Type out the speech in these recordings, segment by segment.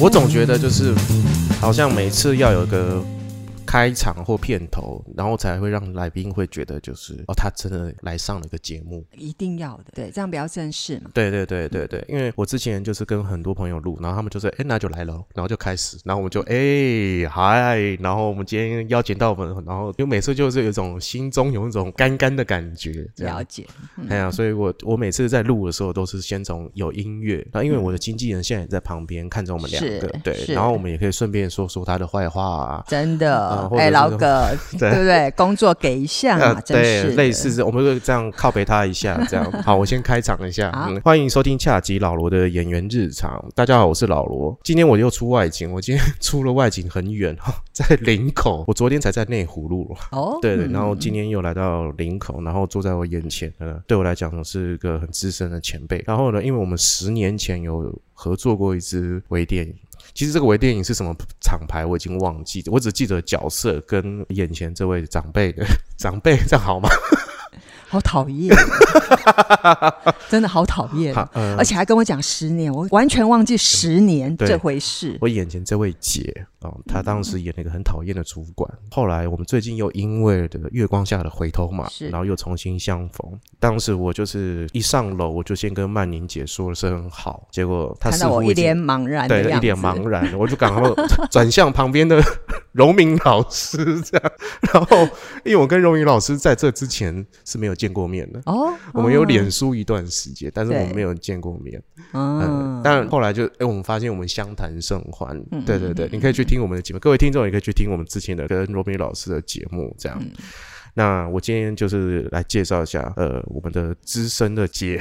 我总觉得就是好像每次要有个开场或片头，然后才会让来宾会觉得就是哦，他真的来上了一个节目。一定要的，对，这样比较正式嘛。对对对对对，因为我之前就是跟很多朋友录，然后他们就说，哎，那就来咯，然后就开始，然后我们就哎嗨，然后我们今天邀请到我们，然后就每次就是有一种心中有一种干干的感觉，这样了。解，哎呀，所以我我每次在录的时候都是先从有音乐，然后因为我的经纪人现在也在旁边看着我们两嗯是个，对，是然后我们也可以顺便说说他的坏话啊，真的啊，或者哎，是老说 啊葛，对不对？工作给一下嘛，啊真是呃对，的类似这，我们会这样靠背他一下，这 样。好，我先开场一下，好嗯，欢迎收听下集老罗的演员日常。大家好，我是老罗，今天我又出外景，我今天 出了外景很远，在林口，我昨天才在内湖路，哦。对对，嗯然后今天又来到林口，然后坐在我眼前的呢，对我来讲是个很资深的前辈。然后呢，因为我们十年前有合作过一支微电影。其实这个微电影是什么厂牌我已经忘记，我只记得角色跟眼前这位长辈的 长辈，这样好吗？好 讨厌，真的好讨厌，好，呃而，且还跟我讲十年，我完全忘记十年对这回事。我眼前这位姐哦，她嗯当时演了一个很讨厌的主管，后来我们最近又因为的月光下的回头嘛，是然后又重新相逢。当时我就是一上楼，我就先跟曼宁姐说了声好，结果她看似到乎我一已经脸茫然的对样子，一脸茫然，我就赶快转向旁边的荣明老师这样。 然后，因为我跟荣明老师在这之前是没有见过面的。哦，我们有哦脸书一段时间，但是我们对没有见过面。嗯嗯，，但后来就哎、诶我们发现我们相谈甚欢，嗯对对对，你可以去听我们的节目，各位听众也可以去听我们之前的跟罗宾老师的节目，这嗯样。那我今天就是来介绍一下，呃，我们的资深的 姐，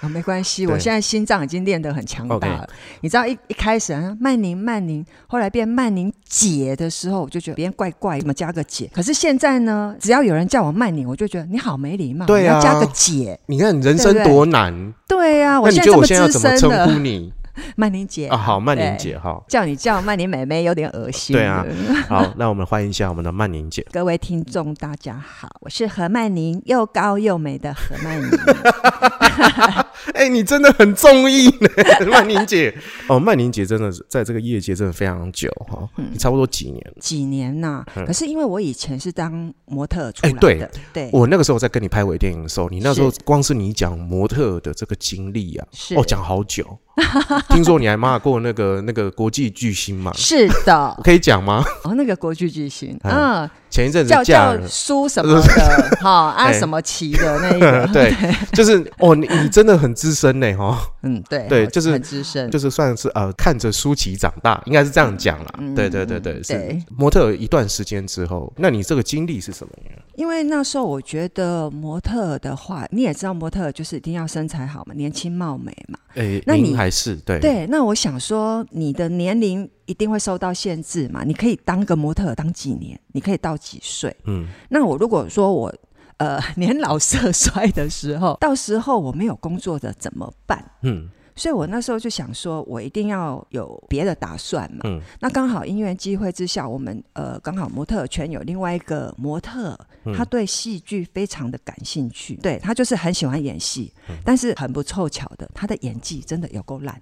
啊，没关系，对我现在心脏已经练得很强大了。你知道一一开始啊，曼宁曼宁，后来变曼宁姐的时候，我就觉得别人怪怪，怎么加个姐？可是现在呢，只要有人叫我曼宁，我就觉得你好没礼貌，对啊你要加个姐。你看人生多难，对呀、啊，那你现觉得在这我现在要资怎么深称呼了， 你曼宁姐啊？好，曼宁， 姐哈对，叫你叫曼宁妹妹有点恶心。对啊，好，那我们欢迎一下我们的曼宁姐，各位听众，大家好，我是何曼宁，又高又美的何曼 宁。哎、你真的很中意呢， 曼宁姐。哦，曼宁姐真的是在这个业界真的非常久哈，嗯你差不多几年？几年呐、嗯可是因为我以前是当模特出哎来的，对对，我那个时候在跟你拍微电影的时候，你那时候是光是你讲模特的这个经历啊，是哦，讲好久。 听说你还骂过那个 那个国际巨星嘛？是的我，可以讲吗？ 哦，那个国剧巨星，嗯嗯，前一阵子叫嫁叫 了，苏什么的， 哈啊哎什么奇的那一个， 对，就是哦，你你真的很资深呢，哈，嗯，对，对好就是很资深，就是算是呃看着舒淇长大，应该是这样讲啦。嗯对对对对，是对模特一段时间之后，那你这个经历是什么呀？因为那时候我觉得模特的话，你也知道模特就是一定要身材好嘛，年轻貌美嘛，诶，那您你还是对对，那我想说你的年龄一定会受到限制嘛，你可以当个模特当几年，你可以到几岁，嗯那我如果说我呃 年老色衰的时候，到时候我没有工作的怎么办？嗯所以我那时候就想说，我一定要有别的打算嘛。嗯那刚好因缘机会之下，我们呃刚好模特圈有另外一个模特，嗯他对戏剧非常的感兴趣，对他就是很喜欢演戏，嗯但是很不凑巧的，他的演技真的有够烂。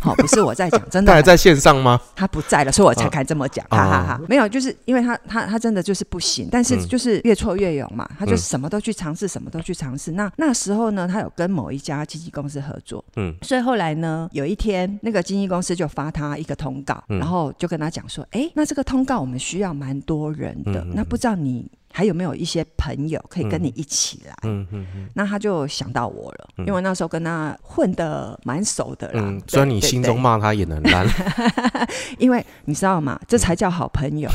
好、不是我 在讲，真的他还很在线上吗？他不在了，所以我才敢这么讲，啊哈哈哈。没有，就是因为他他他真的就是不行，但是嗯就是越挫越勇嘛，他就嗯是什么都去尝试，什么都去尝试。那那时候呢，他有跟某一家经纪公司合作，嗯嗯，所以后来呢，有一天那个经纪公司就发他一个通告，嗯然后就跟他讲说，哎，那这个通告我们需要蛮多人的嗯嗯，那不知道你。还有没有一些朋友可以跟你一起来？嗯嗯嗯那他就想到我了，因为我那时候跟他混的蛮熟的啦。嗯，对虽然你啊对心对中骂他也很烂，因为你知道吗？这才叫好朋 友，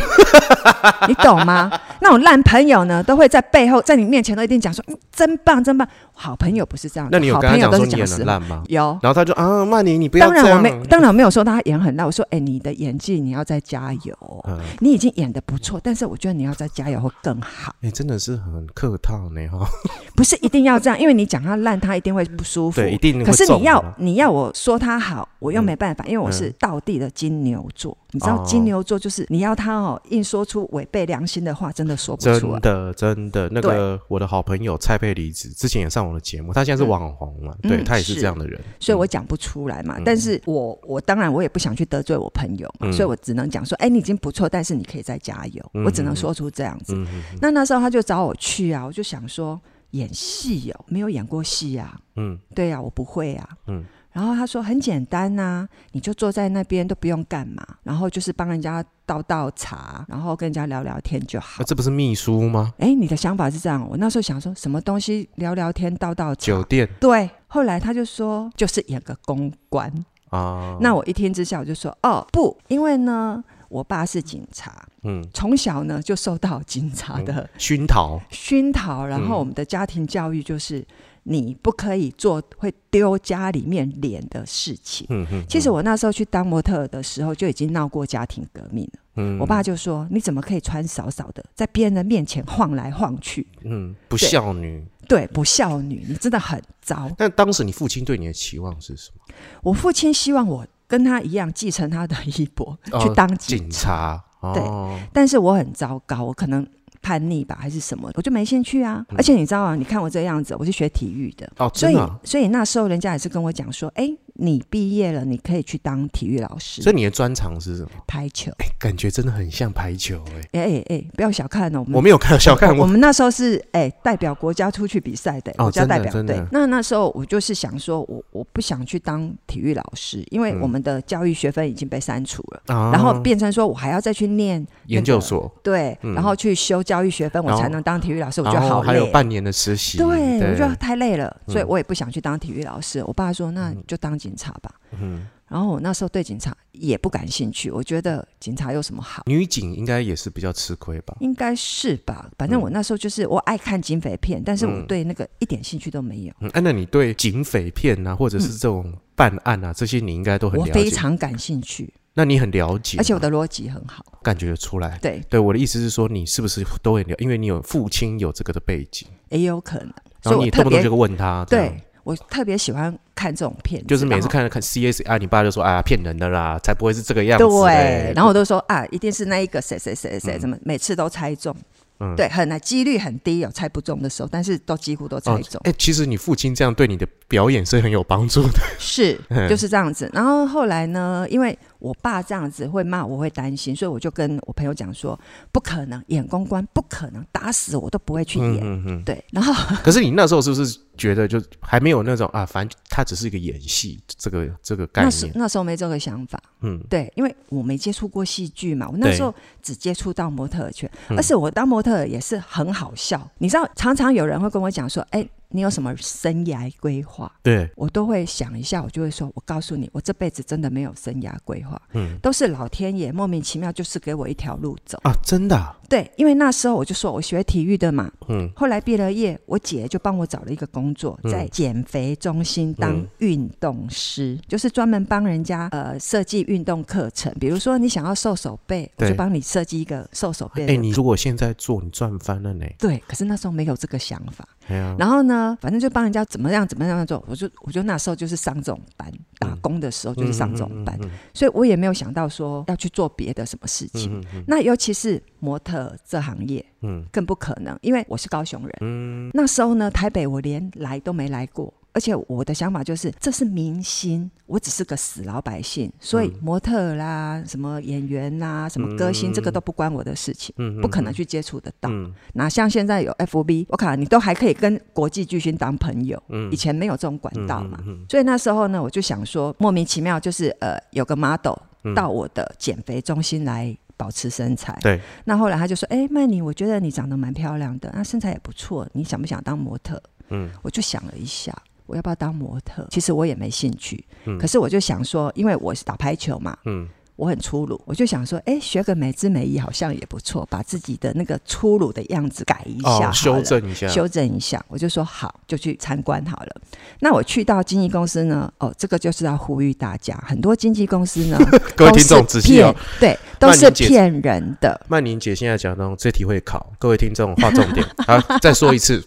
你懂吗？那种烂朋友呢，都会在背后，在你面前都一定讲说，嗯，真棒，真棒。好朋友不是这样的，那你有啊好跟他朋讲友都说是你讲演很实话。烂吗？有，然后他就啊，曼宁，你不要当这样。然我没，当然我没有说他演很烂，我说，哎、你的演技你要再加油，嗯，你已经演的不错，但是我觉得你要再加油会更好，哎、真的是很客套呢哈。不是一定要这样，因为你讲他烂，他一定会不舒 服。对，一定会可是中啊你要的你要我说他好，我又嗯没办法，因为我是道地的金牛座。你知道哦金牛座就是你要他哦硬说出违背良心的话，真的说不嗯啊真出来。的，真的，那个我的好朋友蔡佩离子之前也上我的节目，他现在是嗯网红嘛，嗯对他也是是这样的人，所以我讲不出来嘛。但是我我当然我也不想去得罪我朋友嘛，嗯所以我只能讲说，哎、你已经不错，但是你可以再加油。嗯我只能说出这样子。嗯嗯嗯那那时候他就找我去啊，我就想说演戏哦，没有演过戏啊，嗯，对呀、啊，我不会啊。嗯然后他说很简单呐、你就坐在那边都不用干嘛，然后就是帮人家倒倒茶，然后跟人家聊聊天就好那。啊这不是秘书吗？哎、你的想法是这样，我那时候想说什么东西聊聊天倒倒茶酒，店对。后来他就说就是演个公关，啊，那我一听之下我就说哦不，因为呢我爸是警察，嗯，从小呢就受到警察的熏陶，熏陶，然后嗯我们的家庭教育就是、你不可以做会丢家里面脸的事情。嗯嗯，其实我那时候去当模特儿的时候就已经闹过家庭革命了。嗯我爸就说：“你怎么可以穿少少的，在别人的面前晃来晃去？嗯不对孝女。对，不孝女，你真的很糟。但当时你父亲对你的期望是什么？”我父亲希望我跟他一样继承他的衣钵，哦去当警警察。哦，但是我很糟糕，我可能叛逆吧，还是什么，我就没兴趣啊。嗯而且你知道啊，你看我这样子，我是学体育的，哦，所真以的啊、所以那时候人家也是跟我讲说，哎、你毕业了，你可以去当体育老师所，以你的专长是什么？排球。哎、感觉真的很像排球哎、哎哎哎，不要小看哦，我们我没有看小看我我，们那时候是哎、代表国家出去比赛的、哦国家代表真的真队的。那那时候我就是想说我，我不想去当体育老师，因为嗯我们的教育学分已经被删除了，啊然后变成说我还要再去念研究所，对，嗯然后去修教育学分，我然后才能当体育老师，我觉得然好后累。啊还有半年的实习，对，我觉得得太累了，所以嗯我也不想去当体育老师。我爸说，那就当警察吧。嗯，然后我那时候对警察也不感兴趣，我觉得警察有什么好？女警应该也是比较吃亏吧？应该是吧，反正我那时候就是我爱看警匪片，但是我嗯对那个一点兴趣都没有。嗯，啊、那你对警匪片啊，或者是这种办案啊，这些你应该都很我了解，非常感兴趣，那你很了解，而且我的逻辑很好。感觉得出来。对，对我的意思是说，你是不是都很了？因为你有父亲有这个的背景，也有可能，然所以后我你特动不动别就问他，这样对。我特别喜欢看这种片子，就是每然次后看看 CS 啊，你爸就说啊骗人的啦，才不会是这个样子嘞。欸哎对，然后我都说啊，一定是那一个谁谁谁谁，嗯怎么每次都猜中？嗯对，很难，几率很低，有猜不中的时候，但是都几乎都猜哦中，哎、其实你父亲这样对你的表演是很有帮助的。是嗯就是这样子。然后后来呢，因为我爸这样子会骂，我会担心，所以我就跟我朋友讲说，不可能演公关，不可能，打死我都不会去嗯演。嗯嗯。对，然后可是你那时候是不是觉得就还没有那种啊，反正他只是一个演戏这个这个概那时念？那时候没这个想法，嗯对，因为我没接触过戏剧嘛，我那对时候只接触到模特儿圈，嗯而且我当模特儿也是很好笑。你知道，常常有人会跟我讲说：“哎，你有什么生涯规划对？”，我都会想一下，我就会说：“我告诉你，我这辈子真的没有生涯规划，嗯都是老天爷莫名其妙就是给我一条路走。啊，真的啊、”对，因为那时候我就说我学体育的嘛，嗯后来毕了业，我姐就帮我找了一个工作，嗯在减肥中心当嗯运动师，就是专门帮人家呃设计运动课程。比如说你想要瘦手背，我对就帮你设计一个瘦手背哎、的。你如果现在做，你赚翻了呢。对，可是那时候没有这个想法。哎呀、然后呢，反正就帮人家怎么样怎么样做，我就我就那时候就是上这种班，打工的时候就是上这种班，嗯嗯所以我也没有想到说要去做别的什么事情。嗯嗯那尤其是模特儿这行业嗯更不可能，因为我是高雄人。嗯那时候呢，台北我连来都没来过，而且我的想法就是，这是明星，我只是个死老百姓，所以模特儿啦、什么演员啦、什么歌星，嗯这个都不关我的事情。嗯，不可能去接触得到，嗯哪像现在有 FB，我靠，你都还可以跟国际巨星当朋友，嗯以前没有这种管道嘛。嗯所以那时候呢，我就想说，莫名其妙就是呃，有个 model 嗯到我的减肥中心来保持身材。对，那后来他就说：“哎、曼妮，我觉得你长得蛮漂亮的，那身材也不错，你想不想当模特嗯？”我就想了一下，我要不要当模特？其实我也没兴趣，嗯可是我就想说，因为我是打排球嘛，嗯我很粗鲁，我就想说，哎、学个美姿美仪好像也不错，把自己的那个粗鲁的样子改一下好了、哦，修正一下，修正一下，我就说好，就去参观好了。那我去到经纪公司呢，哦，这个就是要呼吁大家，很多经纪公司呢 各位都听是众仔细哦骗，对，都曼是妮姐骗人的。曼宁姐现在讲的这题会考，各位听众划重点。好，再说一次，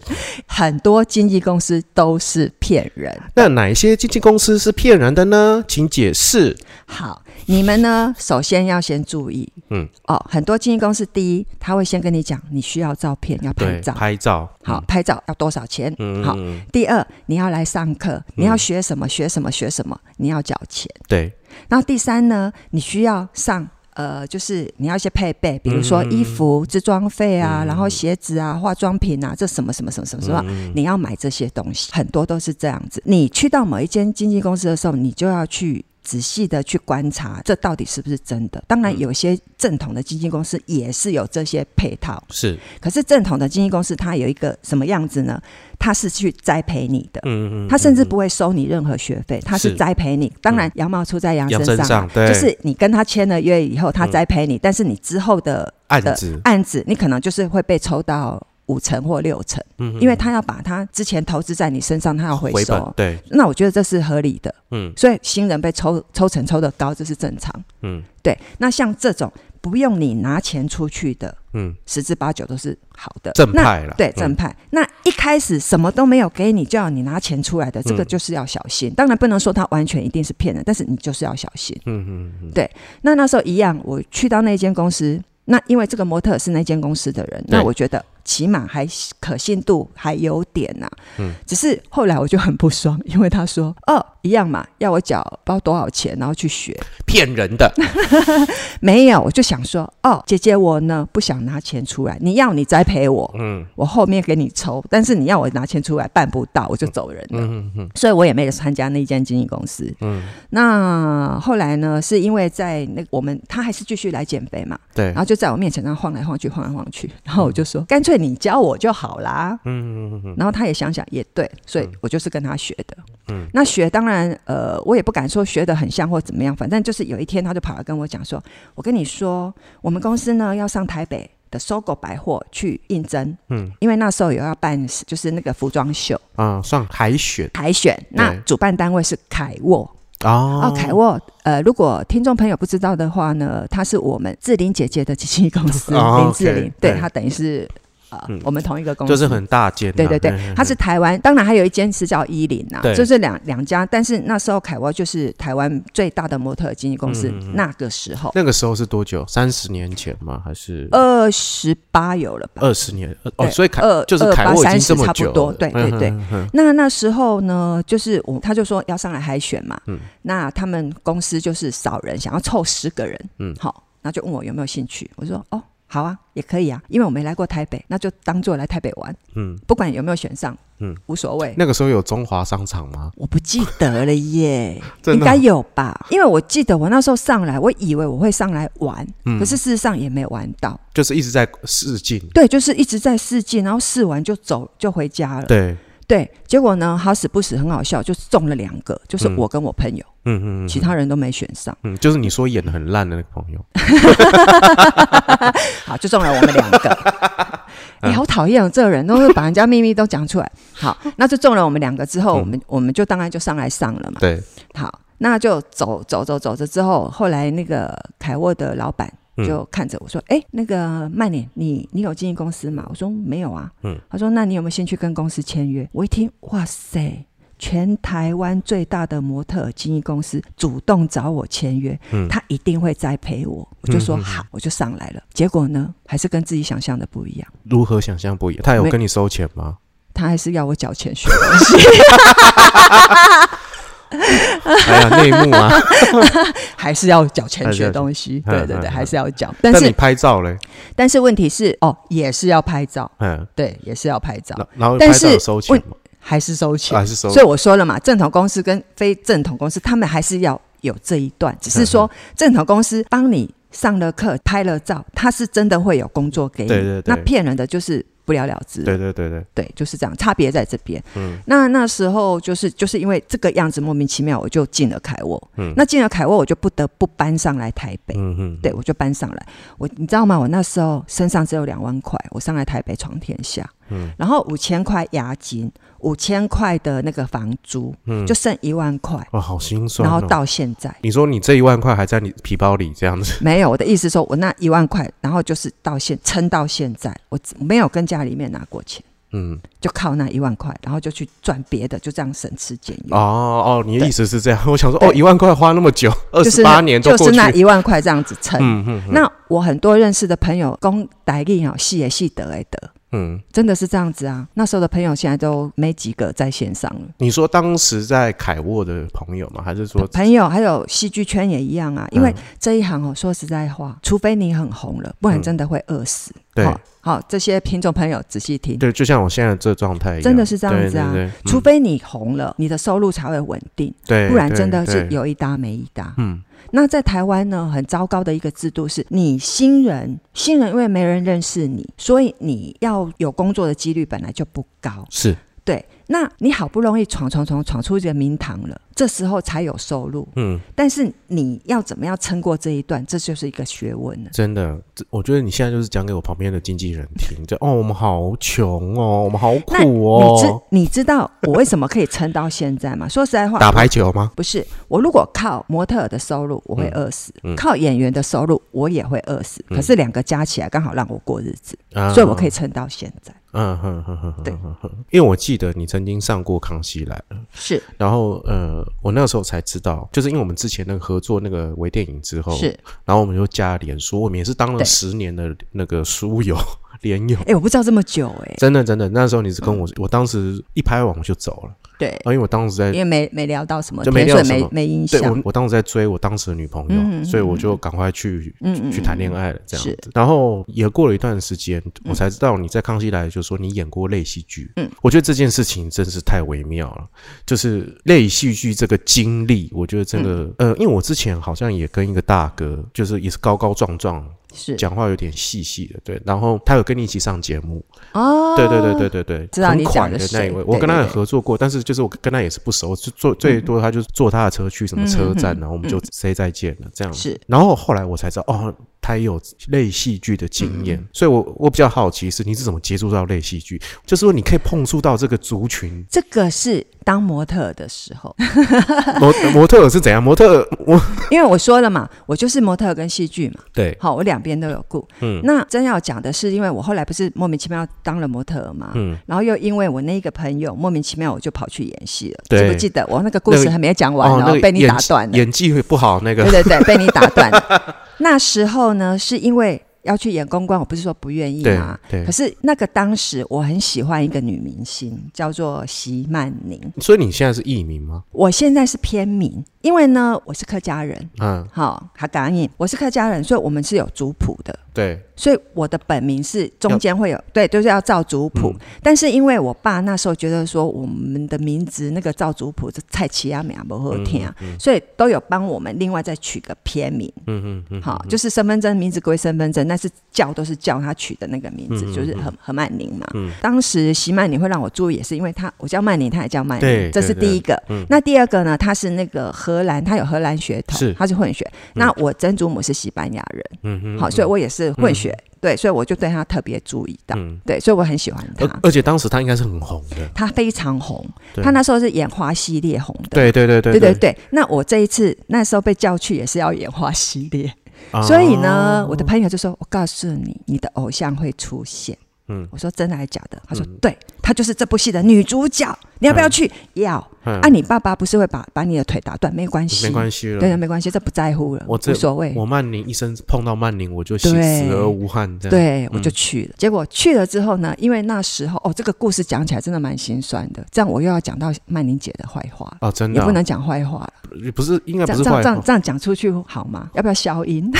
很多经纪公司都是骗人。那哪一些经纪公司是骗人的呢？请解释。好，你们呢呢，首先要先注意，嗯，哦，很多经纪公司第一，他会先跟你讲，你需要照片，要拍对，照，拍照，好，拍照要多少钱？嗯，嗯，好嗯第二，你要来上课，嗯你要学什么？学什么？学什么？你要缴钱。对，然后第三呢，你需要上呃，就是你要一些配备，比如说嗯衣服、置装费啊，嗯然后鞋子啊、化妆品啊，这什么什么什么什么什么，嗯你要买这些东西，很多都是这样子。你去到某一间经纪公司的时候，你就要去。仔细的去观察，这到底是不是真的？当然，有些正统的经纪公司也是有这些配套，是，可是正统的经纪公司它有一个什么样子呢？它是去栽培你的，嗯嗯嗯，他甚嗯至不会收你任何学费，他是是栽培你。当然，羊毛出在羊羊身身上啊，上对嗯就是你跟他签了约以后，他栽培你，但是你之后的案的子，案子，你可能就是会被抽到五成或六成，嗯，因为嗯他要把他之前投资在你身上，他要回回本收。对，那我觉得这是合理的，嗯所以新人被抽抽成抽的高，这是正常。嗯对，那像这种不用你拿钱出去的，嗯，十之八九都是好的。正那派了，对嗯正派。那一开始什么都没有给你，就要你拿钱出来的，这个嗯就是要小心。当然不能说他完全一定是骗人，但是你就是要小心。嗯嗯嗯，那那时候一样，我去到那间公司，那因为这个模特是那间公司的人，对那我觉得起码还可信度还有点呐、嗯只是后来我就很不爽，因为他说哦一样嘛，要我缴不知道多少钱，然后去学。骗人的，没有，我就想说哦，姐姐我呢不想拿钱出来，你要你栽培我，嗯我后面给你抽，但是你要我拿钱出来办不到，我就走人了。嗯嗯嗯所以我也没有参加那间经纪公司。嗯，那后来呢，是因为在那我们他还是继续来减肥嘛，对然，后就在我面前这样晃来晃去，晃来晃去。然后我就说，干脆你教我就好啦。嗯嗯嗯嗯，然后他也想想也对，所以我就是跟他学的。嗯那学当然，呃，我也不敢说学的很像或怎么样，反正就是有一天他就跑来跟我讲说，我跟你说，我们公司呢要上台北的搜狗百货去应征，嗯，因为那时候有要办就是那个服装秀啊，上海选海选，那主办单位是凯沃。哦哦，凯沃，呃，如果听众朋友不知道的话呢，它是我们志玲姐姐的经纪公司，哦林志 OK，玲，对，对它等于是呃、嗯我们同一个公司，就是很大间啊，对对对嗯，它是台湾，当然还有一间是叫伊林啊，对就是两两家，但是那时候凯沃就是台湾最大的模特经纪公司，嗯嗯嗯那个时候那个时候是多久？三十年前吗？还是二十八有了吧？二十年？呃哦，对所以凯二就是凯二八沃已三经十这差么不久多，了，对对对。嗯，嗯嗯那那时候呢，就是我他就说要上来海选嘛，嗯那他们公司就是少人，想要凑十个人，嗯好，然后就问我有没有兴趣，我说哦，好啊，也可以啊，因为我没来过台北，那就当做来台北玩，嗯，不管有没有选上，嗯无所谓。那个时候有中华商场吗？我不记得了耶， 真应的该有吧？因为我记得我那时候上来，我以为我会上来玩，嗯可是事实上也没玩到。就是一直在试镜，对，就是一直在试镜，然后试完就走，就回家了。对，对，结果呢，好死不死，很好笑，就是中了两个，就是嗯我跟我朋友，嗯嗯嗯，其他人都没选上，嗯，就是你说演的很烂的那个朋友，好，就中了我们两个。 你、好讨厌哦，这个人都会把人家秘密都讲出来。好，那就中了我们两个之后，嗯我们我们就当然就上来上了嘛。对，好，那就走走走走着之后，后来那个凯沃的老板嗯就看着我说：“哎、那个曼妮，你你有经纪公司吗？”我说：“没有啊。”嗯他说：“那你有没有兴趣跟公司签约？”我一听，哇塞！全台湾最大的模特儿经纪公司主动找我签约，嗯他一定会栽培我。我就说嗯嗯嗯好，我就上来了。结果呢，还是跟自己想象的不一样，如何想象不一样？他有没跟你收钱 吗？他还是要我缴钱学东西。哎呀，内幕啊！还是要缴钱还是学要缴东西，嗯对对嗯对，嗯还是要缴。但但你是拍照嘞，但是问题是，哦，也是要拍照，嗯，对，也是要拍照，然然后但拍是照有收钱吗？还是收还钱。是收？所以我说了嘛，正统公司跟非正统公司，他们还是要有这一段，嗯只是说正统公司帮你上了课、拍了照，他是真的会有工作给你。对对对那骗人的就是不了了之。对对对对，对，就是这样，差别在这边。嗯那那时候就是就是因为这个样子莫名其妙，我就进了凯沃。嗯那进了凯沃，我就不得不搬上来台北。嗯嗯，对，我就搬上来。我你知道吗？我那时候身上只有两万块，我上来台北闯天下，嗯然后五千块押金，五千块的那个房租，嗯，就剩一万块，哦，好心酸然后哦。到现 在。你说你这一万块还在你皮包里这样子，没有，我的意思说，我那一万块，然后就是到现撑到现在，我只没有跟家里面拿过钱。嗯，就靠那一万块，然后就去赚别的，就这样省吃俭 用。哦哦，你的对意思是这样？我想说，对哦，一万块花那么久，二就是十八年都就过是去，那一万块这样子撑。嗯嗯嗯那我很多认识的朋友，公台力哦，戏也戏得也得，嗯，真的是这样子啊。那时候的朋友现在都没几个在线上了。你说当时在凯沃的朋友吗？还是说，朋友还有戏剧圈也一样啊，因为嗯这一行哦，说实在话，除非你很红了，不然真的会饿死。对好、好，这些听众朋友仔细听，对，就像我现在这状态一样，真的是这样子啊对对对嗯除非你红了，你的收入才会稳定，对，不然真的是对，有一搭没一搭。嗯，那在台湾呢，很糟糕的一个制度是，你新人新人因为没人认识你，所以你要有工作的几率本来就不高。是，对，那你好不容易闯闯闯闯出一个名堂了，这时候才有收入。嗯，但是你要怎么样撑过这一段，这就是一个学问了。真的，这我觉得你现在就是讲给我旁边的经纪人听，就哦，我们好穷哦，我们好苦你知哦，你知道我为什么可以撑到现在吗？ 说实在话，打排球吗？不是我如果靠模特儿的收入，我会饿死；嗯嗯嗯靠演员的收入，我也会饿死。可是两个加起来刚好让我过日子，啊哦所以我可以撑到现在。嗯哼哼哼哼，对哼，哼因为我记得你曾经上过《康熙来了》，是然后呃，我那时候才知道，就是因为我们之前那个合作那个微电影之后，是，，然后我们就加脸书，我们也是当了对十年的那个书友连友哎、，我不知道这么久哎、真的真的，那时候你是跟我，我当时一拍完我就走了，嗯对然，后因为我当时在因为没没聊到什么，就没甜聊水什么没没影对响。我，我当时在追我当时的女朋友，嗯嗯嗯所以我就赶快去、嗯嗯去嗯谈恋爱了，这样是子。然后也过了一段时间，我才知道你在《康熙来了》就说你演过类戏剧。嗯，我觉得这件事情真是太微妙了，就是类戏剧这个经历，我觉得这个、嗯呃，因为我之前好像也跟一个大哥，就是也是高高壮壮，是讲话有点细细的，对。然后他有跟你一起上节目，哦，对对对对对对，知道很你款讲的的那一谁位，对我跟他对也对嗯合作过，但是就是我跟他也是不熟，就坐最多他就是坐他的车去什么车站，然后我们就 say 再见了这样。是然后后来我才知道，哦，他也有类戏剧的经嗯验，所以我我比较好奇是你是怎么接触到类戏剧，就是说你可以碰触到这个族 ，群这个是当模特儿的时候， 模模特儿是怎样？模特儿我因为我说了嘛，我就是模特儿跟戏剧嘛，对好，我两边都有顾。嗯那真要讲的是，因为我后来不是莫名其妙当了模特儿嘛，嗯然后又因为我那一个朋友莫名其妙我就跑去演戏了，对记不记得？我那个故那事个还没讲完哦，那个被你演打技断了。演技会不好那对个，对对，被你打 断了。那时候呢，是因为要去演公关，我不是说不愿意对嘛。对啊可。是那个当时我很喜欢一个女明星，叫做席曼宁。所以你现在是艺名吗？我现在是偏民，因为呢我是客家人，嗯，好，哈感应，我是客家人，所以我们是有族谱的。对，所以我的本名是中间会有对，就是要照族谱。嗯但是因为我爸那时候觉得说我们的名字那个照族谱这蔡奇亚美啊不好听啊，所以都有帮我们另外再取个片名。嗯嗯嗯，好，就是身份证名字归身份证，但是叫都是叫他取的那个名字，嗯就是何何曼宁嘛。当时席曼宁会让我注意，也是因为他我叫曼宁，他也叫曼对宁，这是对对嗯第一个。那第二个呢，他是那个荷兰，他有荷兰血统是，他是混血。那我曾祖母是西班牙人，嗯哼，好，所以我也是混血，对，所以我就对他特别注意到，嗯对，所以我很喜欢他，而而且当时他应该是很红的，他非常红，对他那时候是演花系列红的。对对对对对对对，那我这一次那时候被叫去也是要演花系列，啊所以呢，我的朋友就说：“我告诉你，你的偶像会出现。”嗯嗯，我说真的还是假的？他说：“对，她就是这部戏的女主角，你要不要去？要嗯啊！你爸爸不是会把把你的腿打断？没关系，没关系，系对，了。没关系，这不在乎了，我无这所谓。我曼宁一生碰到曼宁，我就死对死而无憾。这样，嗯对，我就去了。结果去了之后呢，因为那时候哦，这个故事讲起来真的蛮心酸的。这样我又要讲到曼宁姐的坏话了，哦，真也的哦不能讲坏话了。不是应该这不是样这样坏这话样，这样讲出去好吗？要不要消音？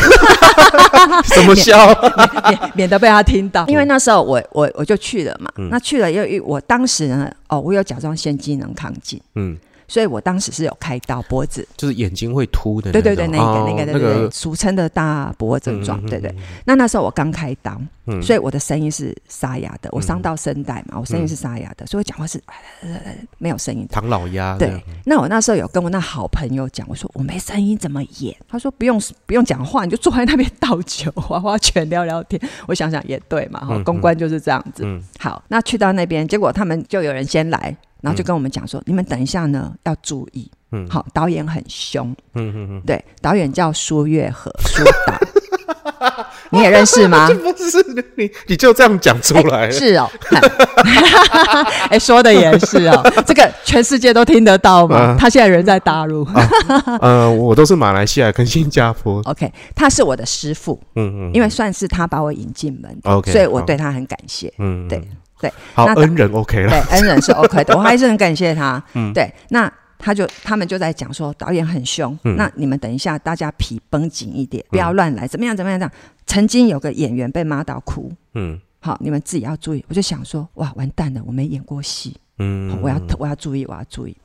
怎么笑？啊免免得被他听到。因为那时候我我我就去了嘛，嗯那去了又因为我当时呢，哦，我有甲状腺机能亢进，嗯，所以我当时是有开刀脖子，就是眼睛会凸的对种。对对，那哦个那个对那对个对，俗称的大脖症状嗯嗯，对对。那那时候我刚开刀，嗯所以我的声音是沙哑的，我伤到声带嘛，我声嗯音是沙哑的，所以我讲话是呃没有声音的。唐老鸭。这对样， 那我那时候有跟我那好朋友讲，我说我没声音怎么演？他说不用不用讲话，你就坐在那边倒酒、啊划划拳、聊聊天。我想想也对嘛，哈，嗯公关就是这样子。嗯好，那去到那边，结果他们就有人先来，然后就跟我们讲说，你们等一下呢要注意。嗯好，导演很凶，嗯嗯嗯，对，导演叫苏月和，苏导。 你也认识 吗这？不是你，你就这样讲出来了。是 哦， 哎、说的也是哦，这个全世界都听得到嘛。嗯他现在人在大陆。啊呃，我都是马来西亚跟新加坡。 OK，他是我的师傅，嗯嗯因为算是他把我引进门的 OK，所以我好对他很感谢。嗯，对对，好，嗯那恩人 OK 了。对，恩人是 OK 的，我还是很感谢他。对，那他就他们就在讲说导演很凶，嗯那你们等一下大家皮绷紧一点，不要乱来，怎么样怎么样这样。曾经有个演员被骂到哭，嗯好，你们自己要注意。我就想说，哇，完蛋了，我没演过戏，好嗯，我要我要注意，我要注意。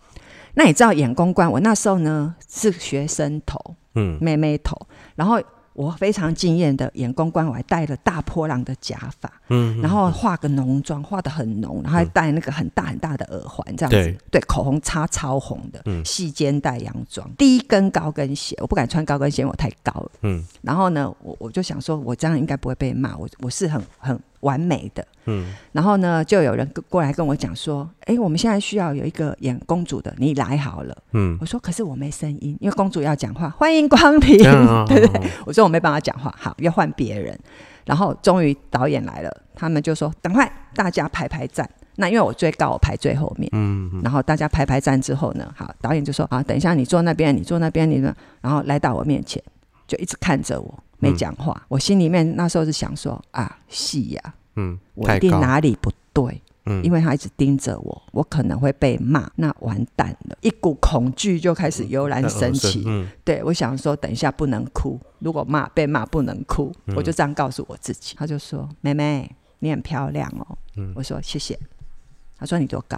那你知道演公关，我那时候呢是学生头，嗯妹妹头，然后我非常惊艳的演公关，我还戴了大波浪的假发，嗯，然后化个浓妆，化的很浓，然后还戴那个很大很大的耳环，这样子，对口红擦超红的，嗯细肩带洋装，第一根高跟鞋，我不敢穿高跟鞋，因为我太高了，嗯然后呢，我我就想说，我这样应该不会被骂，我我是很很完美的，嗯然后呢，就有人跟过来跟我讲说，哎，我们现在需要有一个演公主的，你来好了。嗯，我说可是我没声音，因为公主要讲话，欢迎光临， 这样啊，对不对？哦我说我没办法讲话，好，要换别人。然后终于导演来了，他们就说赶快大家排排站。那因为我最高，我排最后面。嗯嗯然后大家排排站之后呢，好，导演就说啊好，等一下你坐那边，你坐那边，你呢？然后来到我面前，就一直看着我，嗯没讲话。我心里面那时候是想说啊，戏呀、嗯，我太一定高哪里不对。嗯因为他一直盯着我，我可能会被骂，那完蛋了，一股恐惧就开始油然但升嗯是起。嗯对我想说，等一下不能哭，如果骂被骂不能哭，嗯我就这样告诉我自己。他就说：“妹妹，你很漂亮哦。嗯我说：“谢谢。”他说：“你多高？”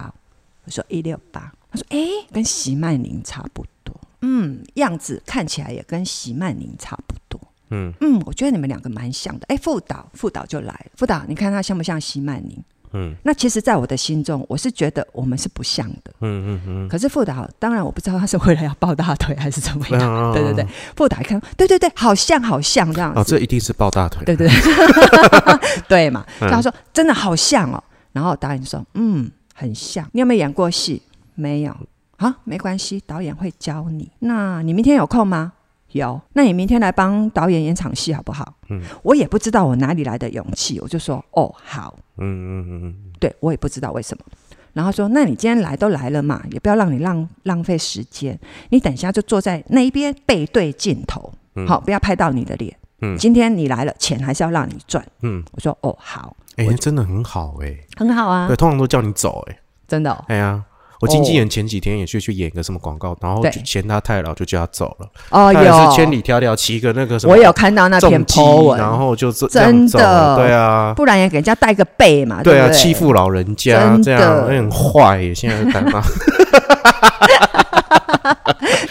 我说：“一六八。”他说：“诶，跟席曼玲差不多。嗯，样子看起来也跟席曼玲差不多。”嗯嗯，我觉得你们两个蛮像的。诶，副导，副导就来了。副导，你看他像不像席曼玲？嗯那其实，在我的心中，我是觉得我们是不像的。嗯嗯可是副导，当然我不知道他是回来要抱大腿还是怎么样。嗯，对对对啊，，副导一看，对对对，好像好像这样哦，子，这一定是抱大腿， 对对对，对嘛？嗯他说真的好像哦，然后导演说嗯，很像。你有没有演过戏？没有。好，没关系，导演会教你。那你明天有空吗？有。那你明天来帮导演演场戏好不好？嗯，我也不知道我哪里来的勇气，我就说哦好，嗯嗯嗯对我也不知道为什么。然后说，那你今天来都来了嘛，也不要让你浪浪费时间，你等一下就坐在那一边背对镜头，嗯好，不要拍到你的脸。嗯今天你来了，钱还是要让你赚。嗯，我说哦，好，哎，我那真的很好哎，很好啊对，，通常都叫你走哎，真的、哦。哎呀。我经纪人前几天也去去演个什么广告，然后对就嫌他太老，就叫他走了。哦，他也有是千里迢迢骑个那个什么，我有看到那篇重击 po，文，然后就这这真样的走了对啊，不然也给人家带个背嘛，对啊，不对？欺负老人家真的这样，哎很坏耶。现在 看到，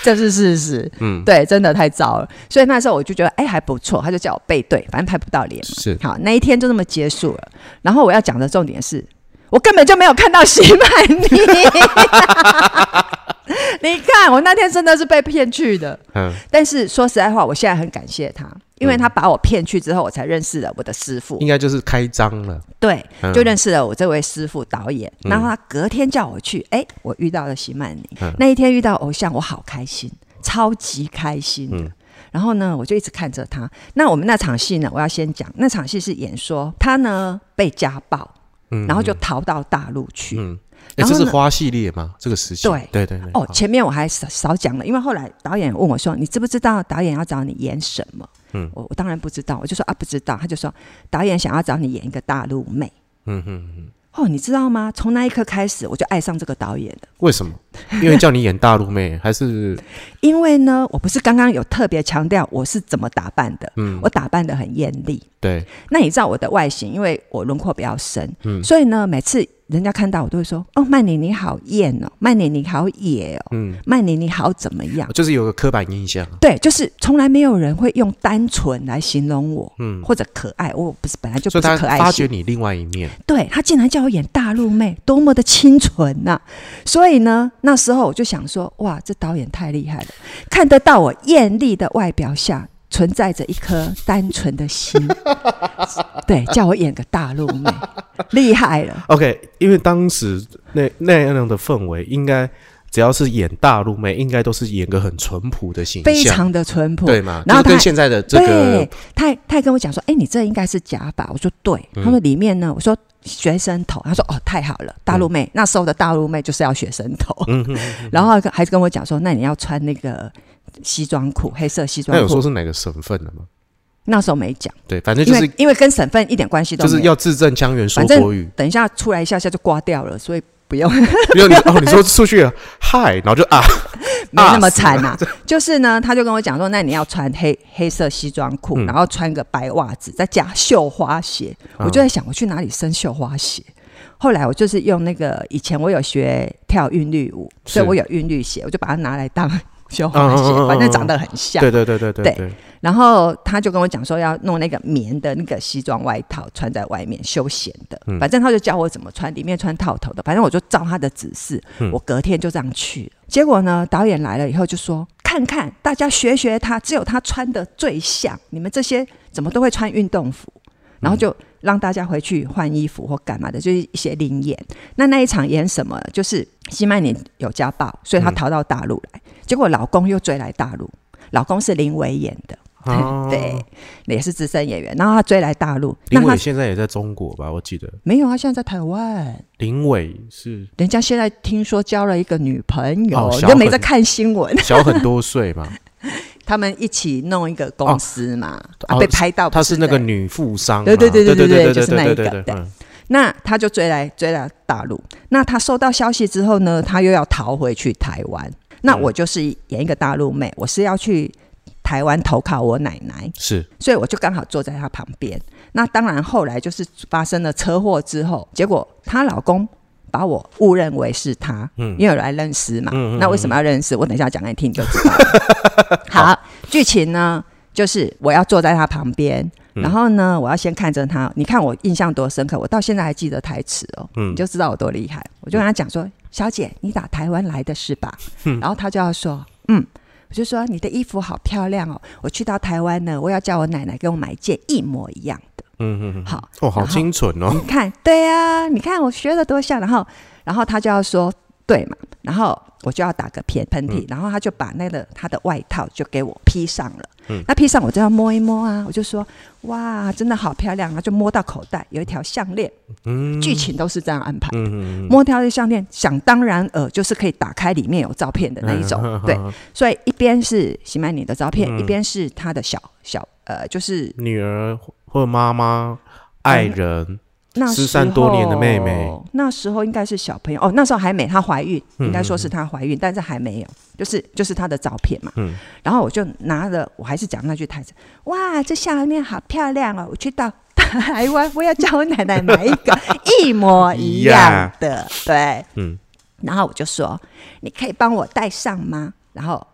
这是事实。嗯，对，真的太糟了。所以那时候我就觉得，哎，还不错，他就叫我背对，反正拍不到脸。是好，那一天就这么结束了。然后我要讲的重点是，我根本就没有看到 席曼妮。 你看，我那天真的是被骗去的。嗯但是说实在话，我现在很感谢他，因为他把我骗去之后，我才认识了我的师傅。应该就是开张了，对，嗯就认识了我这位师傅导演。嗯然后他隔天叫我去，哎，我遇到了席曼妮。嗯那一天遇到偶像，我好开心，超级开心的。嗯然后呢，我就一直看着他。那我们那场戏呢，我要先讲，那场戏是演说他呢被家暴，嗯，然后就逃到大陆去。嗯，哎，然后这呢是花系列吗？这个时期，对对对对，好，哦前面我还少少讲了，因为后来导演问我说：“你知不知道导演要找你演什么？”嗯我我当然不知道，我就说啊不知道。他就说导演想要找你演一个大陆妹。嗯嗯嗯，哦，你知道吗？从那一刻开始，我就爱上这个导演了。为什么？因为叫你演大陆妹，还是因为呢，我不是刚刚有特别强调我是怎么打扮的，嗯我打扮的很艳丽。对，那你知道我的外形，因为我轮廓比较深，嗯所以呢，每次人家看到我都会说：“哦，曼妮你好艳哦，曼妮你好野哦，嗯，曼妮你好怎么样就是有个刻板印象，？”对，就是从来没有人会用单纯来形容我。嗯，或者可爱，我不是本来就所不以是他可爱发型掘你另外一面，对他竟然叫我演大陆妹，多么的清纯呐、所以呢，那时候我就想说，哇，这导演太厉害了，看得到我艳丽的外表下存在着一颗单纯的心。对，叫我演个大陆妹，厉害了。 OK，因为当时那那样的氛围，应该只要是演大陆妹，应该都是演个很淳朴的形象，非常的淳朴。对嘛？然后就是他跟现在的这个对，他还他还跟我讲说，哎、你这应该是假发。我说对，嗯他说里面呢，我说哦学生头，他说哦，太好了，大陆嗯妹、那时候的大陆妹就是要学生头，然后还跟我讲说，那你要穿那个西装裤，黑色西那装有哎说裤。是哪个省份的吗？那时候没讲，对，反正因就是为因为跟省份一点关系都就没有。是要字正腔圆说反正国语。等一下出来一下下就刮掉了，所以 不用没有你哦，你说出去了，嗨，然后就啊，没那么惨啊。就是呢，他就跟我讲说，那你要穿黑黑色西装裤，嗯然后穿个白袜子，再加绣花鞋。我就在想，我去哪里生绣花鞋？后来我就是用那个以前我有学跳韵律舞，所以是我有韵律鞋，我就把它拿来当 绣花鞋嗯嗯嗯嗯，反正长得很像。对对对对对对对，然后他就跟我讲说要弄那个棉的那个西装外套穿在外面休闲的，嗯反正他就教我怎么穿，里面穿套头的，反正我就照他的指示，嗯我隔天就这样去了。结果呢，导演来了以后就说：“看看大家学学他，只有他穿的最像，你们这些怎么都会穿运动服？”然后嗯就让大家回去换衣服或干嘛的，就是一些灵演。那那一场演什么？就是西曼尼有家暴，所以她嗯逃到大陆来，结果老公又追来大陆，老公是林伟演的。哦对，也是资深演员。然后他追来大陆，那林他伟现在也在中国吧？我记得没有啊，现在在台湾。林伟是人家现在听说交了一个女朋友，哦你小就没很在看新闻。 小很多岁嘛，他们一起弄一个公司嘛，啊哦被拍到不他是那在个女富商嘛，对对对对对对对对就是那对一对个对对嗯那他就追来追来大陆。那他收到消息之后呢，他又要逃回去台湾。那嗯我就是演一个大陆妹，我是要去台湾投靠我奶奶，是所以我就刚好坐在她旁边。那当然，后来就是发生了车祸之后，结果她老公把我误认为是她，嗯因为我来认识嘛。嗯嗯那为什么要认识？我等一下讲给你听，你就知道了。好，剧情呢，就是我要坐在她旁边，嗯然后呢，我要先看着她。你看我印象多深刻，我到现在还记得台词哦，嗯你就知道我多厉害。我就跟她讲说：“小姐，你打台湾来的是吧？”然后她就要说：“嗯。”我就说你的衣服好漂亮哦！我去到台湾呢，我要叫我奶奶给我买一件一模一样的。嗯嗯嗯，好，哦，好然后清纯哦，你看，对啊，你看我学的多像。然后，然后他就要说对嘛，然后我就要打个偏喷嗯嚏，然后他就把那个他的外套就给我披上了。嗯那披上我就要摸一摸啊，我就说哇，真的好漂亮啊！就摸到口袋有一条项链，嗯，剧情都是这样安排。嗯嗯嗯摸到这项链，想当然呃，就是可以打开里面有照片的那 一种，嗯对，嗯嗯所以一边是席曼妮的照片，嗯一边是她的小小呃，就是女儿或者妈妈、爱人，那时候13多年的妹妹，那时候应该是小朋友哦，那时候还没她怀孕，嗯应该说是她怀孕，但是还没有，就是就是她的照片嘛。嗯然后我就拿了，我还是讲那句台词：哇，这项链好漂亮哦！我去到台湾，我要叫我奶奶买一 个一模一样的，对。嗯，然后我就说：“你可以帮我戴上吗？”然后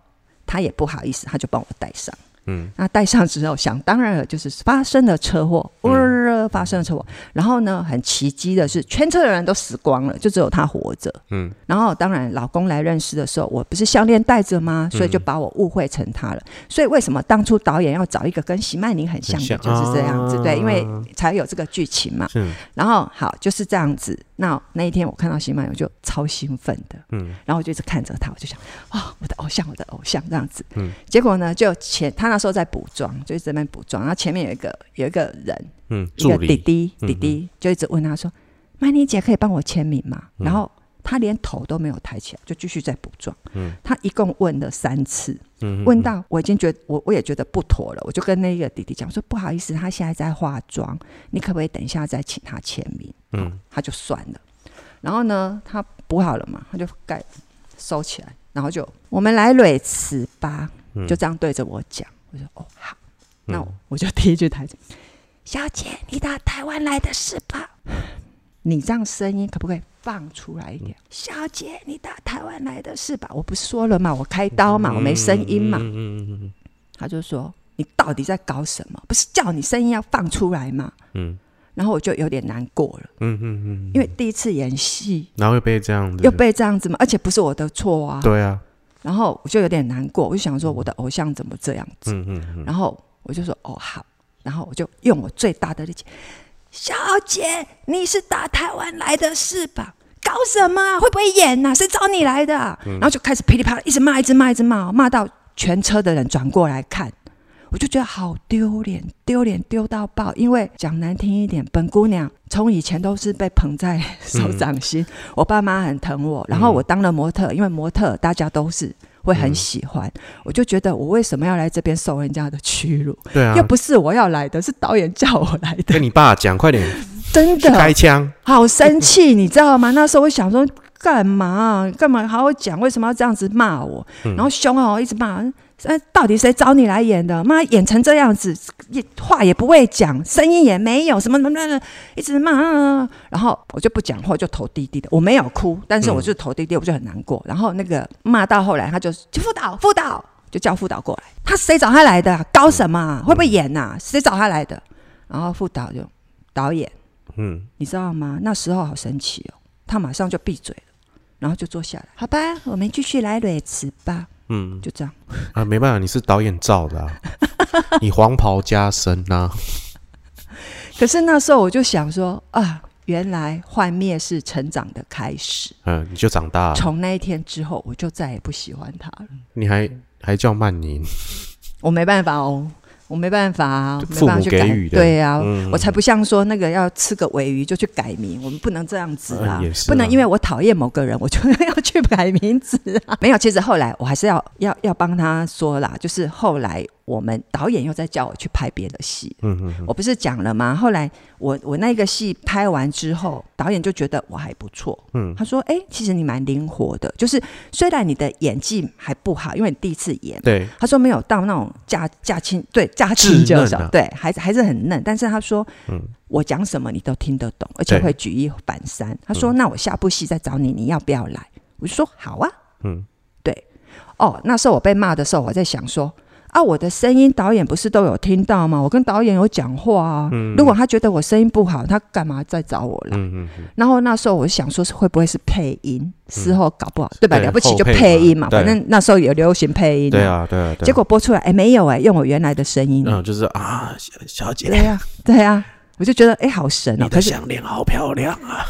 他也不好意思，他就帮我戴上。嗯，那戴上之后，想当然了，就是发生了车祸，嗯呃，发生了车祸。然后呢，很奇迹的是，全车的人都死光了，就只有他活着。嗯，然后当然，老公来认识的时候，我不是项链戴着吗？嗯所以就把我误会成他了。所以为什么当初导演要找一个跟席曼宁很像很的，像就是这样子，啊对，因为才有这个剧情嘛。是，然后好就是这样子。那那一天我看到新曼，我就超兴奋的，嗯然后我就一直看着他，我就想，哇、我的偶像，我的偶像这样子。嗯结果呢，就前他那时候在补妆，就一直在那边补妆，然后前面有一个有一个人，嗯，一个助弟理，弟嗯弟弟，就一直问他说：“曼妮姐可以帮我签名吗？”嗯然后他连头都没有抬起来，就继续在补妆。嗯他一共问了三次，嗯，嗯问，到我已经觉得我我也觉得不妥了，我就跟那个弟弟讲说：“不好意思，他现在在化妆，你可不可以等一下再请他签名？”嗯他就算了。然后呢，他补好了嘛，他就盖收起来，然后就我们来蕊词吧，嗯就这样对着我讲。我说哦好，嗯那我我就第一句台词，小姐，你到台湾来的是吧？你这样声音可不可以放出来一点？嗯小姐，你到台湾来的是吧？我不是说了嘛，我开刀嘛，我没声音嘛。嗯嗯嗯嗯他就说你到底在搞什么？不是叫你声音要放出来吗？嗯然后我就有点难过了，嗯嗯嗯，因为第一次演戏，然后又被这样子，又被这样子嘛，而且不是我的错啊。对啊，然后我就有点难过，我就想说我的偶像怎么这样子？嗯嗯嗯，然后我就说哦好，然后我就用我最大的力气，小姐，你是打台湾来的是吧？搞什么啊？会不会演呐、谁找你来的、啊？然后就开始噼里啪啦一直骂，一直骂，一直骂，哦骂到全车的人转过来看。我就觉得好丢脸，丢脸丢到爆！因为讲难听一点，本姑娘从以前都是被捧在手掌心，我爸妈很疼我，然后我当了模特，因为模特大家都是会很喜欢，我就觉得我为什么要来这边受人家的屈辱？对啊又，不是我要来的，是导演叫我来的，跟你爸讲，快点真去的开枪。好生气，你知道吗？那时候我想说，干嘛干嘛好好讲，为什么要这样子骂我？然后凶哦，一直骂。那到底谁找你来演的？妈，演成这样子，也话也不会讲，声音也没有，什么什么什么，一直骂、啊然后我就不讲话，就头低低的。我没有哭，但是我就头低低，我就很难过。然后那个骂到后来，他就去辅导，辅导就叫辅导过来。他谁找他来的啊？搞什么啊？会不会演呐、谁找他来的？然后辅导就导演。嗯，你知道吗？那时候好神奇哦，他马上就闭嘴了，然后就坐下来。好吧，我们继续来蕊词吧。嗯，就这样。啊，没办法，你是导演造的、啊，你黄袍加身呐、可是那时候我就想说啊，原来幻灭是成长的开始。嗯，你就长大了，从那一天之后，我就再也不喜欢他了。你还嗯还叫曼宁，我没办法哦。我没办法、啊，没父办法母去给改予的嗯对呀、我才不像说那个要吃个尾鱼就去改名，我们不能这样子啊，嗯 也是啊不能因为我讨厌某个人，我就要去改名字 啊。没有，其实后来我还是要要要帮他说啦，就是后来我们导演又在叫我去拍别的戏，嗯嗯嗯，我不是讲了吗？后来我我那个戏拍完之后，导演就觉得我还不错，嗯嗯，他说，哎、其实你蛮灵活的，就是虽然你的演技还不好，因为你第一次演。对，他说没有到那种驾驾轻，对驾稚轻嫩就熟啊，对，还是还是很嫩。但是他说，嗯我讲什么你都听得懂，而且对会举一反三。嗯他说，那我下部戏再找你，你要不要来？我就说好啊。嗯，对。哦，那时候我被骂的时候，我在想说。啊，我的声音导演不是都有听到吗？我跟导演有讲话啊。如果他觉得我声音不好，他干嘛再找我来？嗯嗯嗯嗯，然后那时候我想说，是会不会是配音？事后搞不好，对吧？对了不起后就配配音嘛，嘛对反正那时候有流行配音、对啊对啊对啊，结果播出来，哎，没有哎、用我原来的声音。嗯就是啊，小小姐对，呀、对呀、我就觉得哎，好神你哦、可的是项链好漂亮啊，